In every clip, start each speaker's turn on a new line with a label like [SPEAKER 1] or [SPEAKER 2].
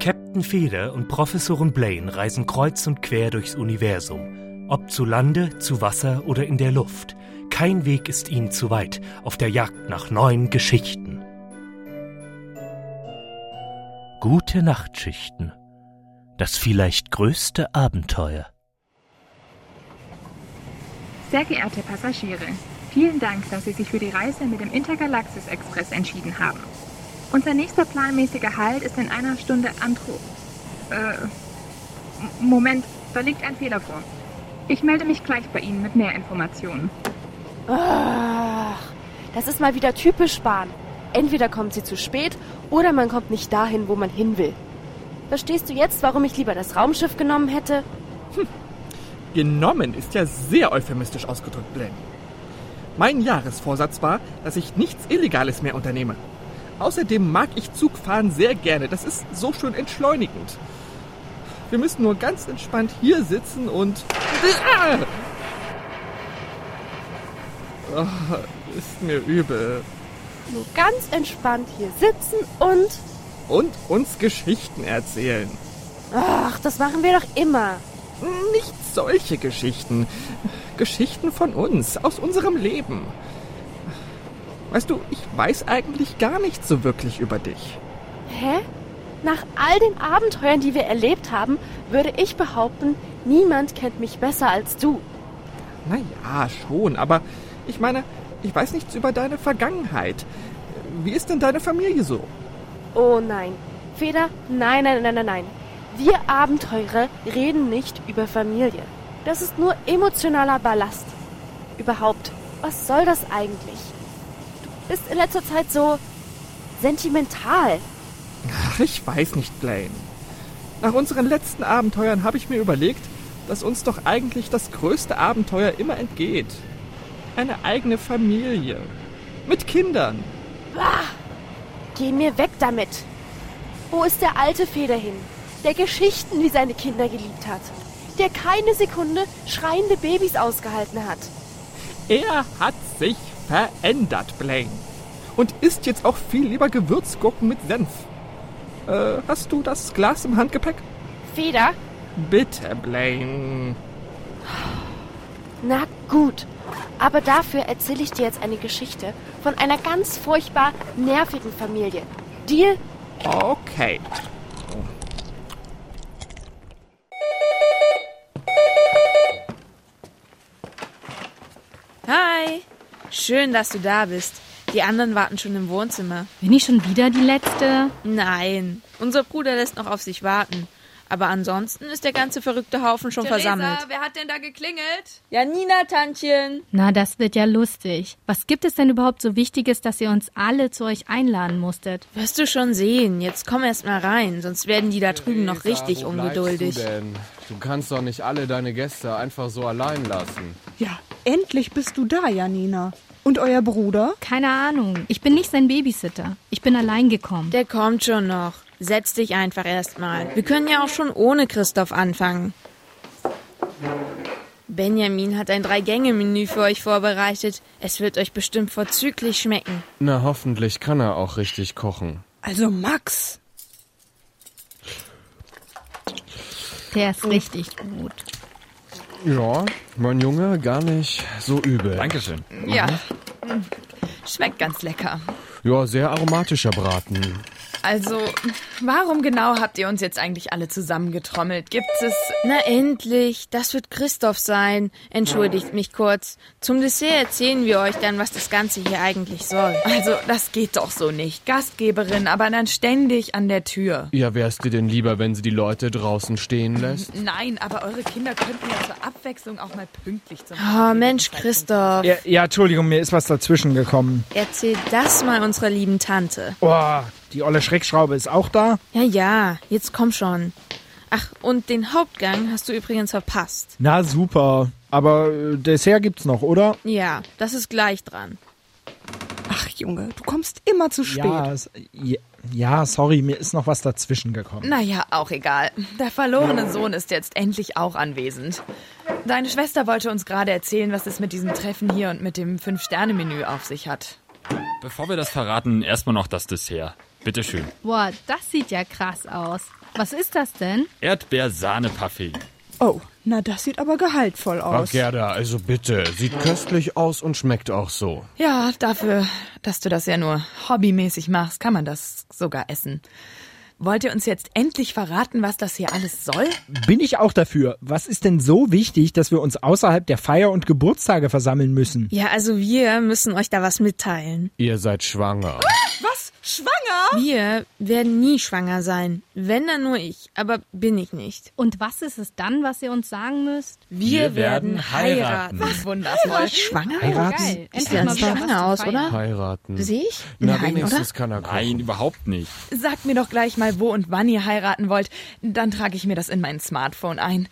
[SPEAKER 1] Captain Feder und Professorin Blaine reisen kreuz und quer durchs Universum. Ob zu Lande, zu Wasser oder in der Luft. Kein Weg ist ihnen zu weit auf der Jagd nach neuen Geschichten. Gute Nachtschichten. Das vielleicht größte Abenteuer.
[SPEAKER 2] Sehr geehrte Passagiere, vielen Dank, dass Sie sich für die Reise mit dem Intergalaxis Express entschieden haben. Unser nächster planmäßiger Halt ist in einer Stunde Antro. Äh, M- Moment, da liegt ein Fehler vor. Ich melde mich gleich bei Ihnen mit mehr Informationen.
[SPEAKER 3] Ach, das ist mal wieder typisch Bahn. Entweder kommt sie zu spät oder man kommt nicht dahin, wo man hin will. Verstehst du jetzt, warum ich lieber das Raumschiff genommen hätte?
[SPEAKER 4] Genommen ist ja sehr euphemistisch ausgedrückt, Blaine. Mein Jahresvorsatz war, dass ich nichts Illegales mehr unternehme. Außerdem mag ich Zugfahren sehr gerne. Das ist so schön entschleunigend. Wir müssen nur ganz entspannt hier sitzen und... Ah! Oh, ist mir übel.
[SPEAKER 3] Nur ganz entspannt hier sitzen und...
[SPEAKER 4] Und uns Geschichten erzählen.
[SPEAKER 3] Ach, das machen wir doch immer.
[SPEAKER 4] Nicht solche Geschichten. Geschichten von uns, aus unserem Leben. Weißt du, ich weiß eigentlich gar nicht so wirklich über dich.
[SPEAKER 3] Hä? Nach all den Abenteuern, die wir erlebt haben, würde ich behaupten, niemand kennt mich besser als du.
[SPEAKER 4] Naja, schon, aber ich meine, ich weiß nichts über deine Vergangenheit. Wie ist denn deine Familie so?
[SPEAKER 3] Oh nein. Feder, nein, nein, nein, nein, nein. Wir Abenteurer reden nicht über Familie. Das ist nur emotionaler Ballast. Überhaupt, was soll das eigentlich? Du bist in letzter Zeit so sentimental.
[SPEAKER 4] Ach, ich weiß nicht, Blaine. Nach unseren letzten Abenteuern habe ich mir überlegt, dass uns doch eigentlich das größte Abenteuer immer entgeht. Eine eigene Familie. Mit Kindern.
[SPEAKER 3] Geh mir weg damit. Wo ist der alte Feder hin, der Geschichten wie seine Kinder geliebt hat, der keine Sekunde schreiende Babys ausgehalten hat?
[SPEAKER 4] Er hat sich verändert, Blaine. Und isst jetzt auch viel lieber Gewürzgurken mit Senf. Äh, hast du das Glas im Handgepäck?
[SPEAKER 3] Feder?
[SPEAKER 4] Bitte, Blaine.
[SPEAKER 3] Na gut. Aber dafür erzähle ich dir jetzt eine Geschichte von einer ganz furchtbar nervigen Familie. Deal?
[SPEAKER 4] Okay.
[SPEAKER 5] Hi! Schön, dass du da bist. Die anderen warten schon im Wohnzimmer.
[SPEAKER 6] Bin ich schon wieder die Letzte?
[SPEAKER 5] Nein, unser Bruder lässt noch auf sich warten. Aber ansonsten ist der ganze verrückte Haufen schon versammelt.
[SPEAKER 7] wer hat denn da geklingelt?
[SPEAKER 5] Ja, Nina, Tantchen.
[SPEAKER 6] Na, das wird ja lustig. Was gibt es denn überhaupt so Wichtiges, dass ihr uns alle zu euch einladen musstet?
[SPEAKER 5] Wirst du schon sehen. Jetzt komm erst mal rein, sonst werden die da drüben noch
[SPEAKER 8] Lisa,
[SPEAKER 5] richtig
[SPEAKER 8] wo
[SPEAKER 5] ungeduldig.
[SPEAKER 8] bleibst Du, denn? du kannst doch nicht alle deine Gäste einfach so allein lassen.
[SPEAKER 9] Ja, endlich bist du da, Janina. Und euer Bruder?
[SPEAKER 6] Keine Ahnung. Ich bin nicht sein Babysitter. Ich bin allein gekommen.
[SPEAKER 5] Der kommt schon noch. Setz dich einfach erst mal. Wir können ja auch schon ohne Christoph anfangen. Benjamin hat ein Drei-Gänge-Menü für euch vorbereitet. Es wird euch bestimmt vorzüglich schmecken.
[SPEAKER 8] Na, hoffentlich kann er auch richtig kochen.
[SPEAKER 9] Also Max.
[SPEAKER 6] Der ist richtig gut.
[SPEAKER 8] Ja, mein Junge, gar nicht so übel.
[SPEAKER 10] Dankeschön.
[SPEAKER 7] Ja.
[SPEAKER 5] Hm.
[SPEAKER 7] Schmeckt ganz lecker.
[SPEAKER 8] Ja, sehr aromatischer Braten.
[SPEAKER 7] Also, warum genau habt ihr uns jetzt eigentlich alle zusammengetrommelt? Gibt es.
[SPEAKER 5] Na endlich, das wird Christoph sein. Entschuldigt mich kurz. Zum Dessert erzählen wir euch dann, was das Ganze hier eigentlich soll.
[SPEAKER 7] Also, das geht doch so nicht. Gastgeberin, aber dann ständig an der Tür.
[SPEAKER 8] Ja, wär's dir denn lieber, wenn sie die Leute draußen stehen lässt?
[SPEAKER 7] Nein, aber eure Kinder könnten ja zur Abwechslung auch mal pünktlich zum.
[SPEAKER 5] Oh Mensch, Christoph,
[SPEAKER 10] Ja, ja, Entschuldigung, mir ist was dazwischen gekommen.
[SPEAKER 5] erzähl das mal unserer lieben Tante.
[SPEAKER 10] Oh, die olle Schreckschraube ist auch da?
[SPEAKER 5] Ja, ja, jetzt komm schon. Ach, und den Hauptgang hast du übrigens verpasst.
[SPEAKER 10] Na super. Aber äh, Dessert gibt's noch, oder?
[SPEAKER 5] Ja, das ist gleich dran.
[SPEAKER 9] Ach Junge, du kommst immer zu spät.
[SPEAKER 10] Ja, es- ja, ja, sorry, mir ist noch was dazwischen gekommen.
[SPEAKER 7] Naja, auch egal. Der verlorene Sohn ist jetzt endlich auch anwesend. Deine Schwester wollte uns gerade erzählen, was es mit diesem Treffen hier und mit dem Fünf-Sterne-Menü auf sich hat.
[SPEAKER 10] Na,
[SPEAKER 8] bevor
[SPEAKER 10] wir
[SPEAKER 8] das
[SPEAKER 10] verraten,
[SPEAKER 8] erstmal noch das Dessert.
[SPEAKER 11] Bitteschön.
[SPEAKER 6] Boah, das sieht ja krass aus. Was ist das denn?
[SPEAKER 11] Erdbeersahne-Parfait.
[SPEAKER 9] Oh, na das sieht aber gehaltvoll
[SPEAKER 8] Ach,
[SPEAKER 9] aus.
[SPEAKER 8] Gerda, also bitte. Sieht köstlich aus und schmeckt auch so.
[SPEAKER 7] Ja, dafür, dass du das ja nur hobbymäßig machst, kann man das sogar essen. Wollt ihr uns jetzt endlich verraten, was das hier alles soll?
[SPEAKER 10] Bin ich auch dafür. Was ist denn so wichtig, dass wir uns außerhalb der Feier- und Geburtstage versammeln müssen?
[SPEAKER 5] Ja, also wir müssen euch da was mitteilen.
[SPEAKER 8] Ihr seid schwanger.
[SPEAKER 7] Was? Schwanger?
[SPEAKER 5] Wir werden nie schwanger sein. Wenn dann nur ich, aber bin ich nicht.
[SPEAKER 6] Und was ist es dann, was ihr uns sagen müsst?
[SPEAKER 5] Wir, werden heiraten.
[SPEAKER 7] Wundervoll.
[SPEAKER 5] Schwanger?
[SPEAKER 8] Heiraten?
[SPEAKER 6] Geil.
[SPEAKER 5] Ich
[SPEAKER 6] Endlich
[SPEAKER 5] sehe
[SPEAKER 6] mal
[SPEAKER 5] ganz
[SPEAKER 6] wieder was zu
[SPEAKER 5] schwanger aus,
[SPEAKER 6] feiern.
[SPEAKER 5] oder?
[SPEAKER 8] Heiraten.
[SPEAKER 5] Sehe ich?
[SPEAKER 8] Na,
[SPEAKER 5] Nein, oder?
[SPEAKER 8] wenigstens kann er kochen.
[SPEAKER 11] Nein, überhaupt nicht.
[SPEAKER 7] Sagt mir doch gleich mal, wo und wann ihr heiraten wollt. Dann trage ich mir das in mein Smartphone ein.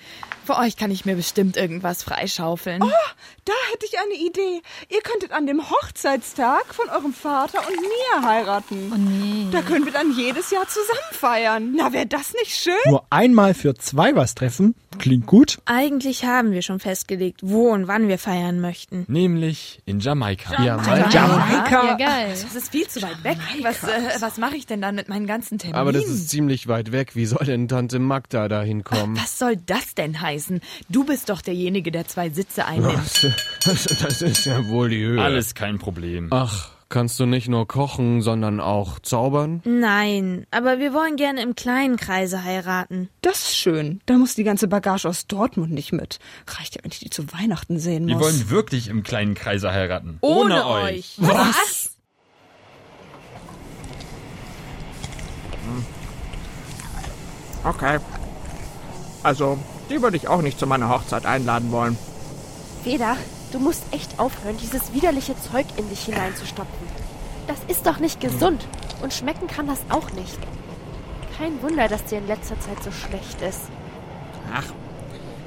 [SPEAKER 7] Für euch kann ich mir bestimmt irgendwas freischaufeln.
[SPEAKER 9] Da hätte ich eine Idee. Ihr könntet an dem Hochzeitstag von eurem Vater und mir heiraten.
[SPEAKER 6] Oh nee.
[SPEAKER 9] Da können wir dann jedes Jahr zusammen feiern. Na, wäre das nicht schön?
[SPEAKER 10] Nur einmal für zwei was treffen? Klingt gut.
[SPEAKER 5] Eigentlich haben wir schon festgelegt, wo und wann wir feiern möchten.
[SPEAKER 11] Nämlich in Jamaika.
[SPEAKER 10] Jamaika. Jamaika.
[SPEAKER 6] Ja, geil.
[SPEAKER 7] Das ist viel zu weit weg. Was, äh, was mache ich denn dann mit meinen ganzen Terminen?
[SPEAKER 8] Aber das ist ziemlich weit weg. Wie soll denn Tante Magda da hinkommen?
[SPEAKER 7] was soll das denn heißen? Du bist doch derjenige, der zwei Sitze einnimmt.
[SPEAKER 8] Das, das ist ja wohl die Höhe.
[SPEAKER 11] Genau. Alles kein Problem.
[SPEAKER 8] Ach, kannst du nicht nur kochen, sondern auch zaubern?
[SPEAKER 5] Nein, aber wir wollen gerne im kleinen Kreise heiraten.
[SPEAKER 9] Das ist schön. Da muss die ganze Bagage aus Dortmund nicht mit. Reicht ja, wenn ich die zu Weihnachten sehen
[SPEAKER 11] Wir
[SPEAKER 9] muss.
[SPEAKER 11] wollen wirklich im kleinen Kreise heiraten.
[SPEAKER 7] Was?
[SPEAKER 4] Okay. Also, die würde ich auch nicht zu meiner Hochzeit einladen wollen.
[SPEAKER 3] Feder, du musst echt aufhören, dieses widerliche Zeug in dich hineinzustopfen. Das ist doch nicht gesund und schmecken kann das auch nicht. Kein Wunder, dass dir in letzter Zeit so schlecht ist.
[SPEAKER 4] Ach,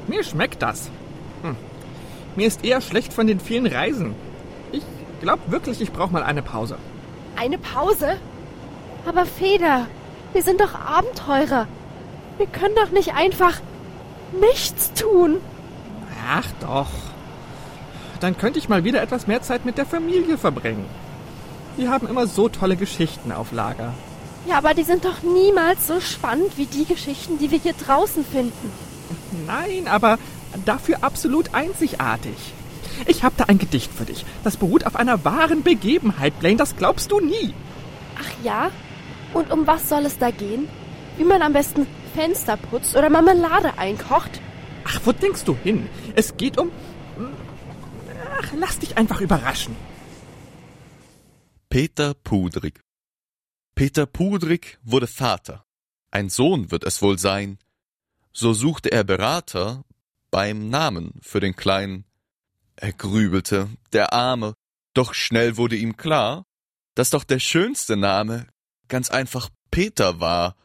[SPEAKER 4] mir schmeckt das. Hm. Mir ist eher schlecht von den vielen Reisen. Ich glaube wirklich, ich brauche mal eine Pause.
[SPEAKER 3] Eine Pause? Aber Feder, wir sind doch Abenteurer. Wir können doch nicht einfach nichts tun.
[SPEAKER 4] Ach doch. Dann könnte ich mal wieder etwas mehr Zeit mit der Familie verbringen. Die haben immer so tolle Geschichten auf Lager.
[SPEAKER 3] Ja, aber die sind doch niemals so spannend wie die Geschichten, die wir hier draußen finden.
[SPEAKER 4] Nein, aber dafür absolut einzigartig. Ich habe da ein Gedicht für dich. Das beruht auf einer wahren Begebenheit, Blaine. Das glaubst du nie.
[SPEAKER 3] Ach ja? Und um was soll es da gehen? Wie man am besten Fenster putzt oder Marmelade einkocht?
[SPEAKER 4] Ach, wo denkst du hin? Es geht um... Ach, lass dich einfach überraschen.
[SPEAKER 12] Peter Pudrig. Peter Pudrig wurde Vater. Ein Sohn wird es wohl sein. So suchte er Berater beim Namen für den Kleinen. Er grübelte, der Arme, doch schnell wurde ihm klar, dass doch der schönste Name ganz einfach Peter war.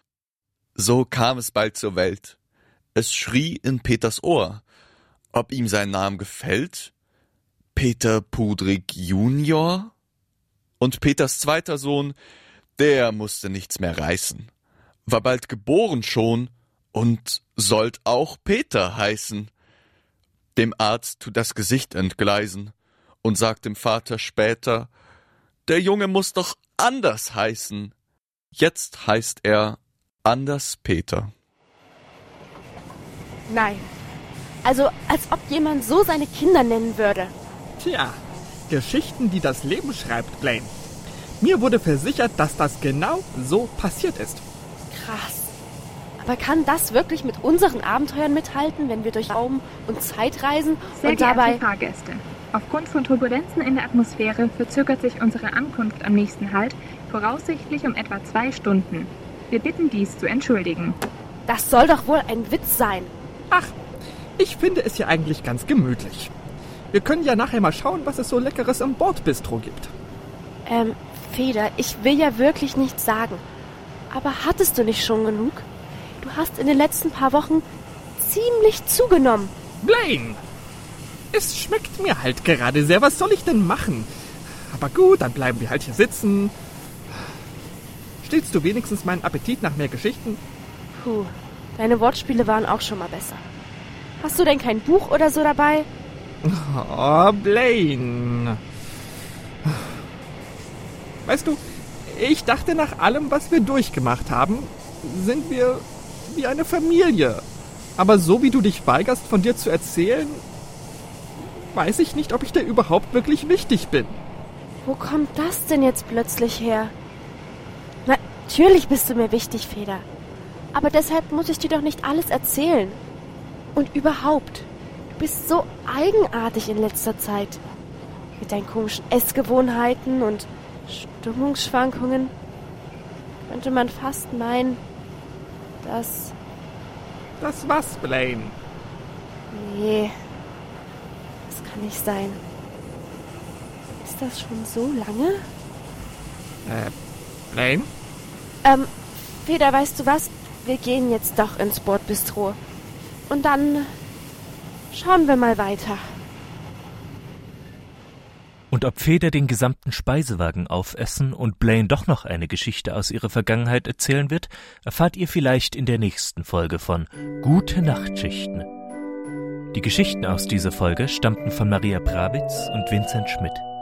[SPEAKER 12] So kam es bald zur Welt. Es schrie in Peters Ohr, ob ihm sein Name gefällt? Peter Pudrig Junior? Und Peters zweiter Sohn, der musste nichts mehr reißen, war bald geboren schon und sollt auch Peter heißen. Dem Arzt tut das Gesicht entgleisen und sagt dem Vater später, der Junge muss doch anders heißen. Jetzt heißt er anders Peter.
[SPEAKER 3] Nein. Also, als ob jemand so seine Kinder nennen würde.
[SPEAKER 4] Tja, Geschichten, die das Leben schreibt, Blaine. Mir wurde versichert, dass das genau so passiert ist.
[SPEAKER 3] Krass. Aber kann das wirklich mit unseren Abenteuern mithalten, wenn wir durch Raum und Zeit reisen
[SPEAKER 2] Sehr
[SPEAKER 3] und
[SPEAKER 2] geehrte
[SPEAKER 3] dabei...
[SPEAKER 2] Fahrgäste, aufgrund von Turbulenzen in der Atmosphäre verzögert sich unsere Ankunft am nächsten Halt voraussichtlich um etwa zwei Stunden. Wir bitten dies zu entschuldigen.
[SPEAKER 3] Das soll doch wohl ein Witz sein.
[SPEAKER 4] Ach, ich finde es hier eigentlich ganz gemütlich. Wir können ja nachher mal schauen, was es so Leckeres im Bordbistro gibt.
[SPEAKER 3] Ähm, Feder, ich will ja wirklich nichts sagen. Aber hattest du nicht schon genug? Du hast in den letzten paar Wochen ziemlich zugenommen.
[SPEAKER 4] Blaine! Es schmeckt mir halt gerade sehr. Was soll ich denn machen? Aber gut, dann bleiben wir halt hier sitzen. Stillst du wenigstens meinen Appetit nach mehr Geschichten?
[SPEAKER 3] Puh, deine Wortspiele waren auch schon mal besser. Hast du denn kein Buch oder so dabei?
[SPEAKER 4] Oh, Blaine. Weißt du, Ich dachte, nach allem, was wir durchgemacht haben, sind wir wie eine Familie. Aber so wie du dich weigerst, von dir zu erzählen, weiß ich nicht, ob ich dir überhaupt wirklich wichtig bin.
[SPEAKER 3] Wo kommt das denn jetzt plötzlich her? Na, natürlich bist du mir wichtig, Feder. Aber deshalb muss ich dir doch nicht alles erzählen. Und überhaupt, du bist so eigenartig in letzter Zeit. Mit deinen komischen Essgewohnheiten und Stimmungsschwankungen könnte man fast meinen, dass...
[SPEAKER 4] Das was, Blaine?
[SPEAKER 3] Nee, das kann nicht sein. Ist das schon so lange?
[SPEAKER 4] Äh, Blaine?
[SPEAKER 3] Ähm, Feder, weißt du was? Wir gehen jetzt doch ins Bordbistro. Und dann schauen wir mal weiter.
[SPEAKER 1] Und ob Feder den gesamten Speisewagen aufessen und Blaine doch noch eine Geschichte aus ihrer Vergangenheit erzählen wird, erfahrt ihr vielleicht in der nächsten Folge von Gute Nachtschichten. Die Geschichten aus dieser Folge stammten von Maria Prabitz und Vincent Schmidt.